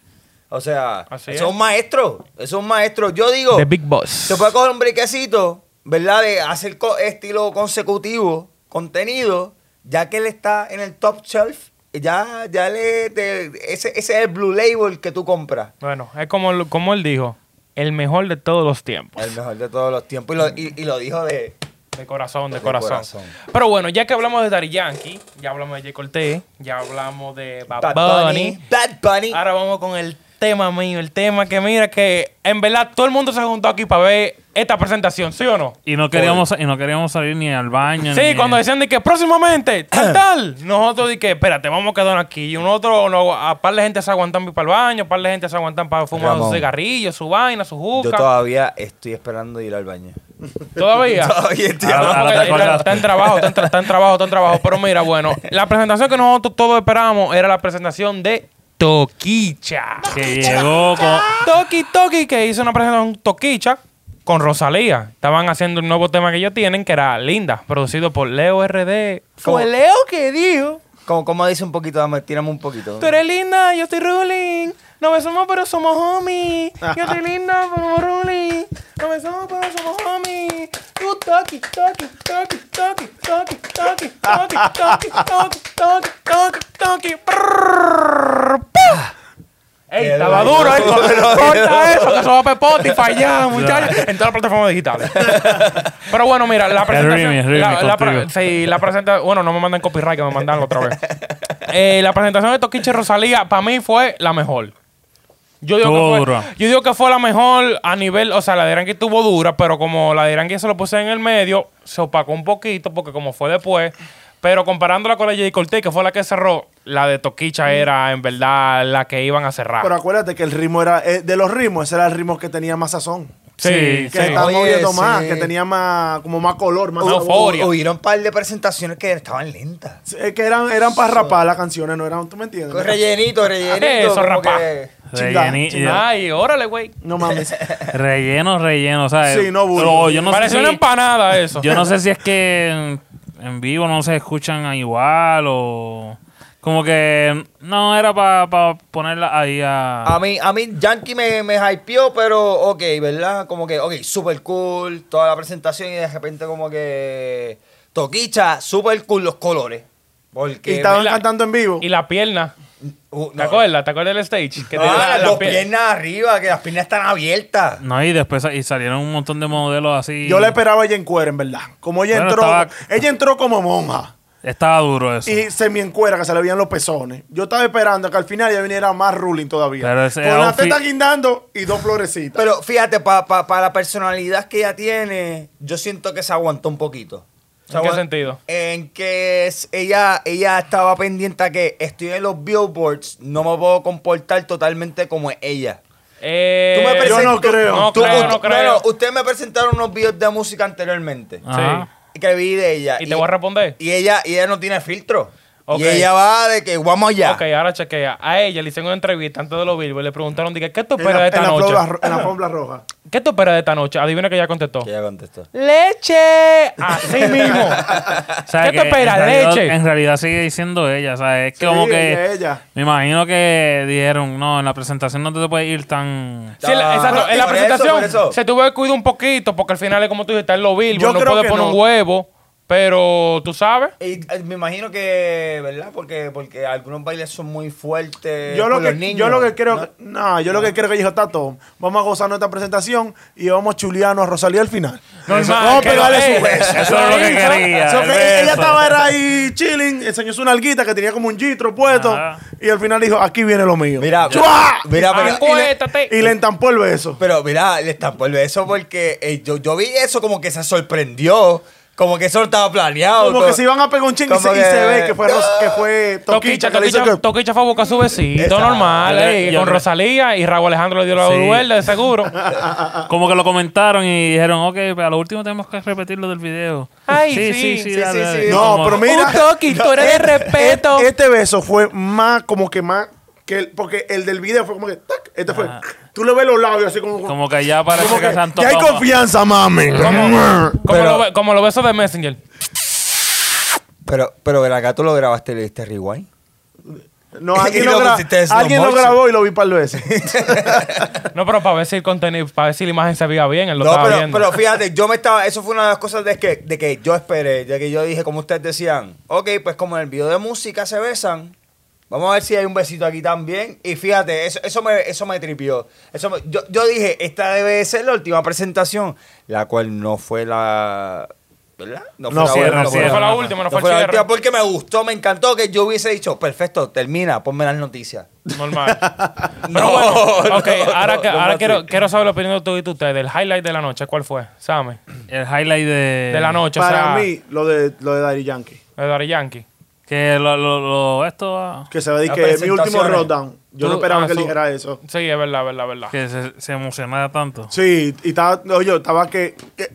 S2: O sea,
S1: Así
S2: eso
S1: es.
S2: es un maestro. Eso es un maestro. Yo digo,
S1: The Big Boss.
S2: se puede coger un brequecito, ¿verdad? De hacer co- estilo consecutivo, contenido, ya que él está en el top shelf. Ya, ya le. te- ese, ese es el Blue Label que tú compras.
S1: Bueno, es como, lo- como él dijo, el mejor de todos los tiempos.
S2: El mejor de todos los tiempos. Y lo, y- y lo dijo de.
S1: De corazón, de,
S2: De
S1: corazón.
S2: corazón.
S1: Pero bueno, ya que hablamos de Daddy Yankee, ya hablamos de J. Cortez, ya hablamos de Bad,
S2: Bad
S1: Bunny,
S2: Bunny. Bad Bunny.
S1: Ahora vamos con el tema mío, el tema que mira que en verdad todo el mundo se juntó aquí para ver esta presentación, ¿sí o no?
S3: Y no queríamos, y no queríamos salir ni al baño.
S1: Sí,
S3: ni-
S1: cuando decían de que
S2: [CLEARS THROAT]
S1: próximamente, tal, tal, nosotros de que, espérate, vamos a quedar aquí. Y nosotros, no, a par de gente se aguantan para el baño, a par de gente se aguantan para fumar
S2: Ramón.
S1: sus cigarrillos, su vaina, su
S2: Yo
S1: juca.
S2: todavía estoy esperando ir
S1: [LAUGHS]
S2: al baño.
S1: Todavía.
S2: [LAUGHS]
S1: Ah,
S2: Todavía estoy
S3: Ahora-
S1: No,
S3: ahora
S1: porque
S3: te
S1: está,
S3: acordaste.
S1: está en trabajo, está en, tra- está en trabajo, está en trabajo. Pero mira, bueno, la presentación que nosotros todos esperábamos era la presentación de Toquicha.
S3: Que llegó con.
S1: Toki Toki, que hizo una presentación Toquicha con Rosalía. Estaban haciendo un nuevo tema que ellos tienen, que era Linda, producido por Leo RD. Fue
S2: ¿Cómo?
S1: Leo que dijo.
S2: Como, como dice un poquito, dame, tírame un poquito.
S1: Tú eres linda, yo estoy ruling. No me somos, pero somos homies. Yo estoy linda, pero somos ruling. No me somos, pero somos homies. Tú toqui, toqui, toqui, toqui, toqui, toqui, toqui, toqui, toqui, toqui, toqui, toqui. Prrrr, pa. Ey,
S2: Qué
S1: estaba
S2: duro.
S1: duro, eh. Corta eso, que eso va para
S2: [LAUGHS]
S1: Spotify ya, muchachos. En todas las plataformas digitales. Pero bueno, mira, la presentación.
S3: remix, remix,
S1: la, la pre-
S3: contigo.
S1: sí, la presentación. Bueno, no me mandan copyright, que me mandaron otra vez. Eh, la presentación de Toquiche y Rosalía, para mí fue la mejor. Yo digo,
S3: Estuvo
S1: que fue,
S3: dura.
S1: yo digo que fue la mejor a nivel, o sea, la de Yankee estuvo dura, pero como la de Yankee se lo puse en el medio, se opacó un poquito porque como fue después, pero comparándola con la de J. Cortez, que fue la que cerró, la de Toquicha era en verdad la que iban a cerrar.
S4: Pero acuérdate que el ritmo era. eh, de los ritmos, ese era el ritmo que tenía más sazón.
S3: Sí,
S1: sí,
S4: Que se
S1: sí.
S4: estaba
S2: Oye,
S4: moviendo más,
S2: sí.
S4: que tenía más. Como más color, más.
S1: No,
S4: sabor.
S1: fo- Euforia.
S2: Hubieron un par de presentaciones que estaban lentas.
S4: Es que eran, eran para rapar las canciones, no eran. ¿Tú me entiendes?
S2: Con rellenito, rellenito.
S1: Eso,
S2: como
S1: rapá.
S2: que-
S3: Relleni-
S1: Ay, órale, güey.
S4: No mames.
S3: Relleno, relleno, ¿sabes?
S4: Sí, no bulto.
S3: Pero yo no sé
S1: Pareció
S3: si-
S1: una empanada eso.
S3: Yo no sé si es que en, en vivo no se escuchan a igual o. Como que no era para ponerla ahí a.
S4: Ah.
S2: A mí, a mí Yankee me, me hypeó, pero ok, ¿verdad? Como que, ok, super cool, toda la presentación y de repente como que... Toquicha, super cool los colores. Porque...
S4: Y estaban
S1: la-
S4: cantando en vivo.
S1: Y la pierna.
S2: Uh, no. Ah,
S1: ¿Te acuerdas? ¿Te acuerdas del stage?
S2: No,
S1: te dio
S2: las dos
S1: pier-
S2: piernas arriba, que las piernas están abiertas.
S3: no, y después y salieron un montón de modelos así.
S4: Yo la esperaba a ella en cuera, en verdad. Como ella
S3: Bueno,
S4: entró.
S3: estaba-
S4: Ella entró como monja.
S3: Estaba duro eso.
S4: Y se me encuera que se le veían los pezones. Yo estaba esperando que al final ya viniera más ruling todavía.
S3: Pero ese
S4: Con la
S3: outfit-
S4: teta guindando y dos florecitas.
S2: Pero fíjate, para la personalidad que ella tiene, yo siento que se aguantó un poquito. Se
S1: ¿En qué
S2: aguan-
S1: sentido?
S2: En que es- ella, ella estaba pendiente a que estoy en los billboards, no me puedo comportar totalmente como ella.
S1: Eh,
S2: Tú me
S4: yo no
S2: presento-
S4: creo.
S1: No
S2: Tú-
S1: creo,
S2: ut-
S1: no creo.
S2: no, ustedes me presentaron unos videos de música anteriormente
S1: Ah.
S3: Ajá.
S1: Sí.
S2: que vi de ella.
S1: ¿Y te voy a responder?
S2: y ella, y ella no tiene filtro.
S1: Ok.
S2: Y ella va de que vamos allá.
S1: Ok, ahora chequea. A ella le hicieron una entrevista antes de los Billboard. Le preguntaron, dije, ¿qué tú
S4: en,
S1: esperas de
S4: la, en,
S1: esta
S4: la
S1: noche?
S4: flor- en la fombla roja.
S1: ¿Qué tú esperas de esta noche? Adivina que ella contestó.
S2: Que ella contestó.
S1: ¡Leche! Así mismo.
S3: O sea,
S1: ¿Qué
S3: que
S1: te esperas?
S3: en realidad-
S1: Leche.
S3: En realidad sigue diciendo ella, ¿sabes? Es
S4: Sí,
S3: como que.
S4: ella, ella.
S3: Me imagino que dijeron, no, en la presentación no te puedes ir tan.
S1: Sí, la-
S2: Ah,
S1: exacto. En la
S2: por eso,
S1: presentación
S2: por eso.
S1: se tuvo que cuidar un poquito porque al final es como tú dices, está en los
S4: Yo
S1: Billboard. No
S4: creo
S1: puedes
S4: que
S1: poner un
S4: no.
S1: huevo. Pero, ¿tú sabes?
S2: Y eh, me imagino que, ¿verdad? Porque, porque algunos bailes son muy fuertes.
S4: Yo lo,
S2: con los
S4: que,
S2: niños,
S4: yo lo que creo.
S2: ¿no?
S4: No, yo lo que creo que dijo Tato. Vamos a gozar nuestra presentación y vamos a chuliarnos a Rosalía al final.
S1: Normal,
S4: vamos a
S1: que
S4: pegarle
S1: lo
S4: su
S1: es.
S4: beso.
S3: Eso es lo que
S1: Eso-
S3: quería.
S4: So,
S3: el
S4: que ella
S3: beso.
S4: estaba era ahí chilling, enseñó su nalguita que tenía como un gitro puesto
S3: Ajá.
S4: y al final dijo, aquí viene lo mío.
S2: Mira,
S4: ¡Chua!
S2: mira, pero-
S1: Acuéstate.
S4: Y le entampó el beso.
S2: Pero mira, le estampó el beso porque eh, yo, yo vi eso como que se sorprendió. Como que eso no estaba planeado.
S4: Como que se iban a pegar un ching y,
S2: como
S4: se- y
S2: que-
S4: se ve que fue, Ros- que fue
S1: Toquicha,
S4: Toquicha, que le hizo
S1: Toquicha,
S4: que-
S1: Toquicha fue a buscar su besito
S2: Exacto.
S1: normal,
S3: Yo
S1: eh,
S3: creo- yo
S1: con
S3: creo-
S1: Rosalía y Raúl Alejandro le dio la
S3: Sí.
S1: vuelta de seguro.
S4: Ah.
S3: Como que lo comentaron y dijeron, ok, pero a lo último tenemos que repetir lo del video.
S1: Ay, sí.
S2: Sí, sí, sí.
S4: No,
S3: Como-
S4: pero mira.
S1: Un toqui, tú eres de
S4: este-
S1: respeto.
S4: Este, beso fue más como que más. Que el- porque el del video fue como que. tac, este fue. Tú le ves los labios así como.
S3: Como que ya parece
S4: como
S3: que,
S4: que,
S3: se han
S4: "Ya hay
S3: topado más".
S4: confianza, mami. Mm.
S1: Como, lo ve- como los besos de Messenger.
S2: Pero, pero el acá tú lo grabaste, le diste rewind.
S4: [LAUGHS] No,
S2: Y
S4: alguien,
S2: lo
S4: lo, gra-
S2: pusiste en slow
S4: alguien lo
S2: motion.
S4: grabó y lo vi un par de
S1: [LAUGHS]
S4: veces.
S1: No, pero para ver si el contenido, para ver si la imagen se veía bien, él lo
S2: No,
S1: estaba
S2: pero,
S1: viendo.
S2: pero fíjate, yo me estaba. Eso fue una de las cosas de que, de que yo esperé. De que yo dije, como ustedes decían, ok, pues como en el video de música se besan, vamos a ver si hay un besito aquí también. Y fíjate, eso, eso, me, eso me tripió. Eso me- yo, yo dije, esta debe de ser la última presentación, la cual no fue la. ¿verdad? No
S4: No fue, no
S2: última,
S4: fue.
S1: fue la
S3: Ajá.
S1: última, no
S2: No
S1: fue,
S2: fue la
S1: el
S2: última
S1: cierre.
S2: porque me gustó, me encantó que yo hubiese dicho, perfecto, termina, ponme las noticias.
S1: Normal. Pero
S2: No,
S1: bueno, ok,
S2: [LAUGHS] no,
S1: ahora,
S2: no,
S1: que-
S2: no
S1: ahora
S2: fue
S1: quiero,
S2: así.
S1: quiero saber la opinión de tú y tú, ustedes. Del highlight de la noche, ¿cuál fue? Sammy.
S3: El highlight de.
S1: De la noche,
S4: Para
S1: o sea,
S4: mí, lo de, lo de Daddy Yankee.
S1: de Daddy Yankee.
S3: Que lo. lo, lo- esto. ah,
S4: Que se va a decir
S2: Las
S4: que es mi último
S2: presentaciones.
S4: rockdown. Yo no
S1: Tú-
S4: esperaba
S1: ah,
S4: que
S1: su-
S4: dijera eso.
S1: Sí, es verdad, verdad, verdad.
S3: Que se, se emocionara tanto.
S4: Sí, y estaba, oye, estaba que, que,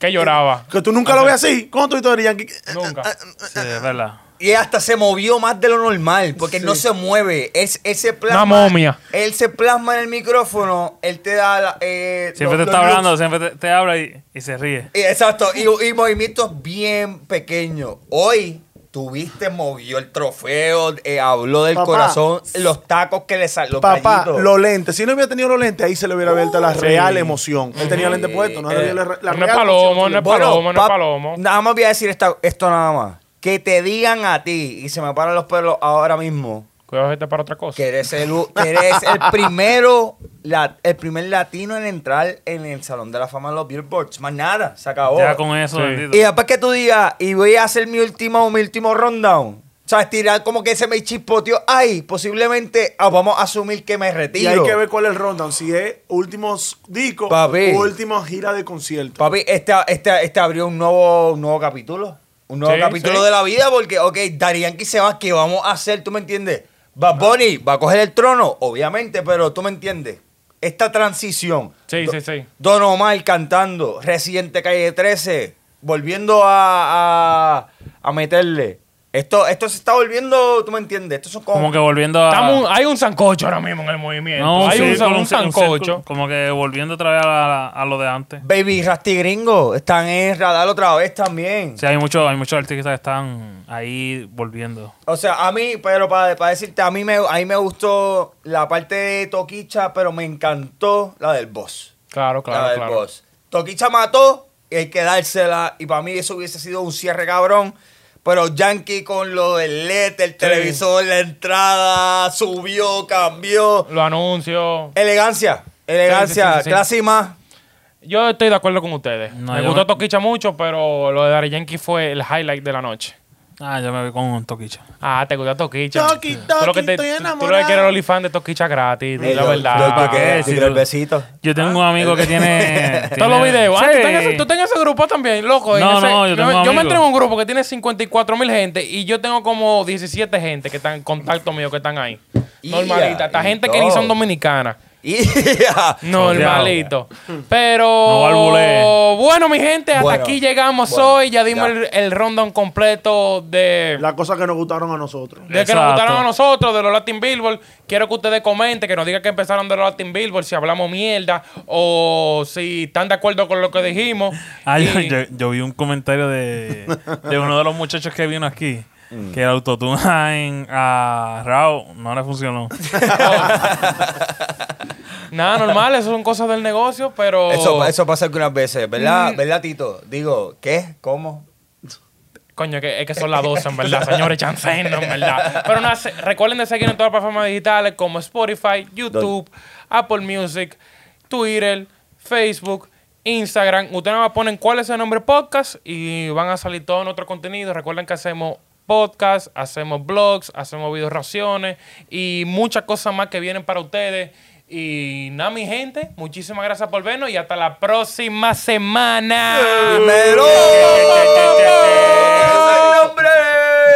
S1: Que
S4: [LAUGHS]
S1: lloraba.
S4: que tú nunca lo veas así. ¿Cómo tú viste a Daddy Yankee?
S1: Nunca.
S3: Sí, es verdad.
S2: Y hasta se movió más de lo normal, porque no se mueve. Es ese plasma.
S1: momia.
S2: Él se plasma en el micrófono, él te da. la- eh,
S3: Siempre
S2: los-
S3: te está
S2: los
S3: hablando, siempre te, te habla y, y se ríe.
S2: looks. Y- Exacto, y, y movimientos bien pequeños. Hoy tuviste, movió el trofeo, eh, habló del
S4: Papá.
S2: corazón, los tacos que le salieron.
S4: Papá, los lentes. Si no hubiera tenido los lentes, ahí se le hubiera abierto la real emoción. Él tenía lentes puestos, no
S2: Eh,
S4: le había la, la
S1: no es
S4: real
S1: palomo,
S4: emoción.
S1: no es palomo, no es palomo.
S2: Nada más voy a decir esta- esto nada más. Que te digan a ti, y se me paran los pelos ahora mismo,
S1: Cuidado, gente, para otra cosa.
S2: que eres el, u- que eres el primero, la- el primer latino en entrar en el Salón de la Fama de los Billboards. Más nada, se acabó.
S3: Ya con eso,
S1: Sí.
S3: bendito.
S2: Y después que tú digas, y voy a hacer mi último, mi último rundown. O sea, tirar como que se me chispoteó. Ay, posiblemente ah, vamos a asumir que me
S4: Y
S2: retiro.
S4: hay que ver cuál es el rundown. Si es últimos discos
S2: Papi.
S4: o última gira de concierto.
S2: Papi, este, este, este abrió un nuevo, un nuevo capítulo. Un nuevo
S1: Sí,
S2: capítulo
S1: sí.
S2: de la vida porque, ok, Darianki se va, ¿qué vamos a hacer? ¿Tú me entiendes? Bad Bunny va a coger el trono, obviamente, pero tú me entiendes. Esta transición.
S1: Sí,
S2: Do-
S1: sí, sí.
S2: Don Omar cantando, Residente Calle 13, volviendo a, a, a meterle. Esto, esto se está volviendo, tú me entiendes, esto son como...
S3: Como que volviendo a.
S1: Estamos- hay un sancocho ahora mismo en el movimiento.
S3: Ah. No,
S1: hay
S3: sí,
S1: un, san-
S3: con
S1: un sancocho.
S3: círculo, Como que volviendo otra vez a, la- a lo de antes.
S2: Baby Rasty Gringo, están en radar otra vez también.
S3: Sí, hay muchos hay muchos artistas que están ahí volviendo.
S2: O sea, a mí, pero para, para decirte, a mí, me, a mí me gustó la parte de Toquicha, pero me encantó la del boss.
S1: Claro,
S2: la
S1: claro,
S2: del
S1: claro.
S2: boss. Toquicha mató y hay que dársela. Y para mí eso hubiese sido un cierre cabrón. Pero Yankee con lo del LED, el televisor, la entrada, subió, cambió.
S1: Lo anuncio.
S2: Elegancia, elegancia,
S1: sí, sí, sí.
S2: clase y más.
S1: Yo estoy de acuerdo con ustedes.
S3: No,
S1: Me
S3: yo
S1: gustó
S3: no-
S1: Toquicha mucho, pero lo de Dari Yankee fue el highlight de la noche.
S3: Ah, yo me vi con un toquicha.
S1: Ah, te gusta Toquicha.
S4: Toki,
S1: Tú lo que
S4: Toki,
S1: te-
S4: estoy
S1: tú- Tú lo que
S4: enamorado.
S1: quieres el OnlyFans de Toquicha gratis, di la
S2: Eh, yo- yo-
S1: verdad.
S2: yo quedé-
S3: Ah,
S2: yo
S3: sí,
S2: quedé el
S3: tú-
S2: [LAUGHS] besito.
S3: Yo tengo un amigo que tiene.
S1: Todos los
S3: tiene-
S1: videos. Ah,
S3: Sí.
S1: tú estás en ese- tú estás en ese grupo también, loco. en
S3: No,
S1: ese-
S3: no, yo tengo
S1: me- yo me
S3: amigos.
S1: entré en un grupo que tiene 54 mil gente y yo tengo como 17 gente que están en contacto mío que están ahí.
S2: Ya,
S1: Normalita. Esta
S2: y
S1: gente que ni
S2: todo.
S1: son dominicanas.
S2: Y-
S1: Normalito.
S3: No
S1: Pero.
S3: balbulee.
S1: bueno, mi gente, hasta
S2: Bueno,
S1: aquí llegamos
S2: bueno,
S1: hoy. Ya dimos
S2: ya.
S1: el, el rundown completo de.
S4: [LAUGHS] Las cosas que nos gustaron a nosotros.
S1: De que
S3: Exacto.
S1: nos gustaron a nosotros, de los Latin Billboard. Quiero que ustedes comenten, que nos digan que empezaron de los Latin Billboard, si hablamos mierda o si están de acuerdo con lo que
S3: [LAUGHS]
S1: dijimos.
S3: Ah, yo,
S1: Y-
S3: yo- yo vi un comentario de, de uno de los muchachos que vino aquí. Que el autotune [LAUGHS] en- a Rao no le funcionó.
S1: Nada, normal, eso son cosas del negocio, pero.
S2: Eso, eso pasa algunas veces,
S1: Mm.
S2: ¿verdad? ¿Verdad, Tito? Digo, ¿qué? ¿Cómo?
S1: Coño, que, es que son las 12, en verdad, señores, chancenos, en verdad. Pero nada, se- recuerden de seguirnos en todas las plataformas digitales como Spotify, YouTube, Apple Music, Twitter, Facebook, Instagram. Ustedes nos ponen cuál es el nombre podcast y van a salir todo nuestro contenido. Recuerden que hacemos podcast, hacemos blogs, hacemos videos reacciones y muchas cosas más que vienen para ustedes. Y nada, mi gente, muchísimas gracias por vernos y hasta la próxima semana.
S2: ¡Melo! ¡Es el nombre!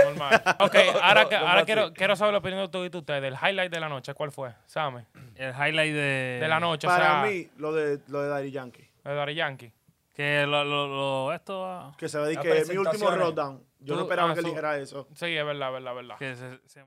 S1: Normal. Ok, ahora, que- ahora quiero, quiero saber la opinión de tú y tú, ustedes. El highlight de la noche, ¿cuál fue? Sammy.
S3: El highlight de.
S1: De la noche, o
S4: Para
S1: sea,
S4: mí, lo de, lo de Daddy Yankee.
S1: de Daddy Yankee.
S3: Que lo, lo, lo- esto. ah,
S4: Que se va a decir
S2: Las
S4: que es mi último
S2: presentaciones.
S4: rockdown. Yo no
S1: Tú-
S4: esperaba
S1: ah,
S4: que
S1: tú-
S4: dijera eso.
S1: Sí, es verdad, verdad, verdad.
S3: que se- se-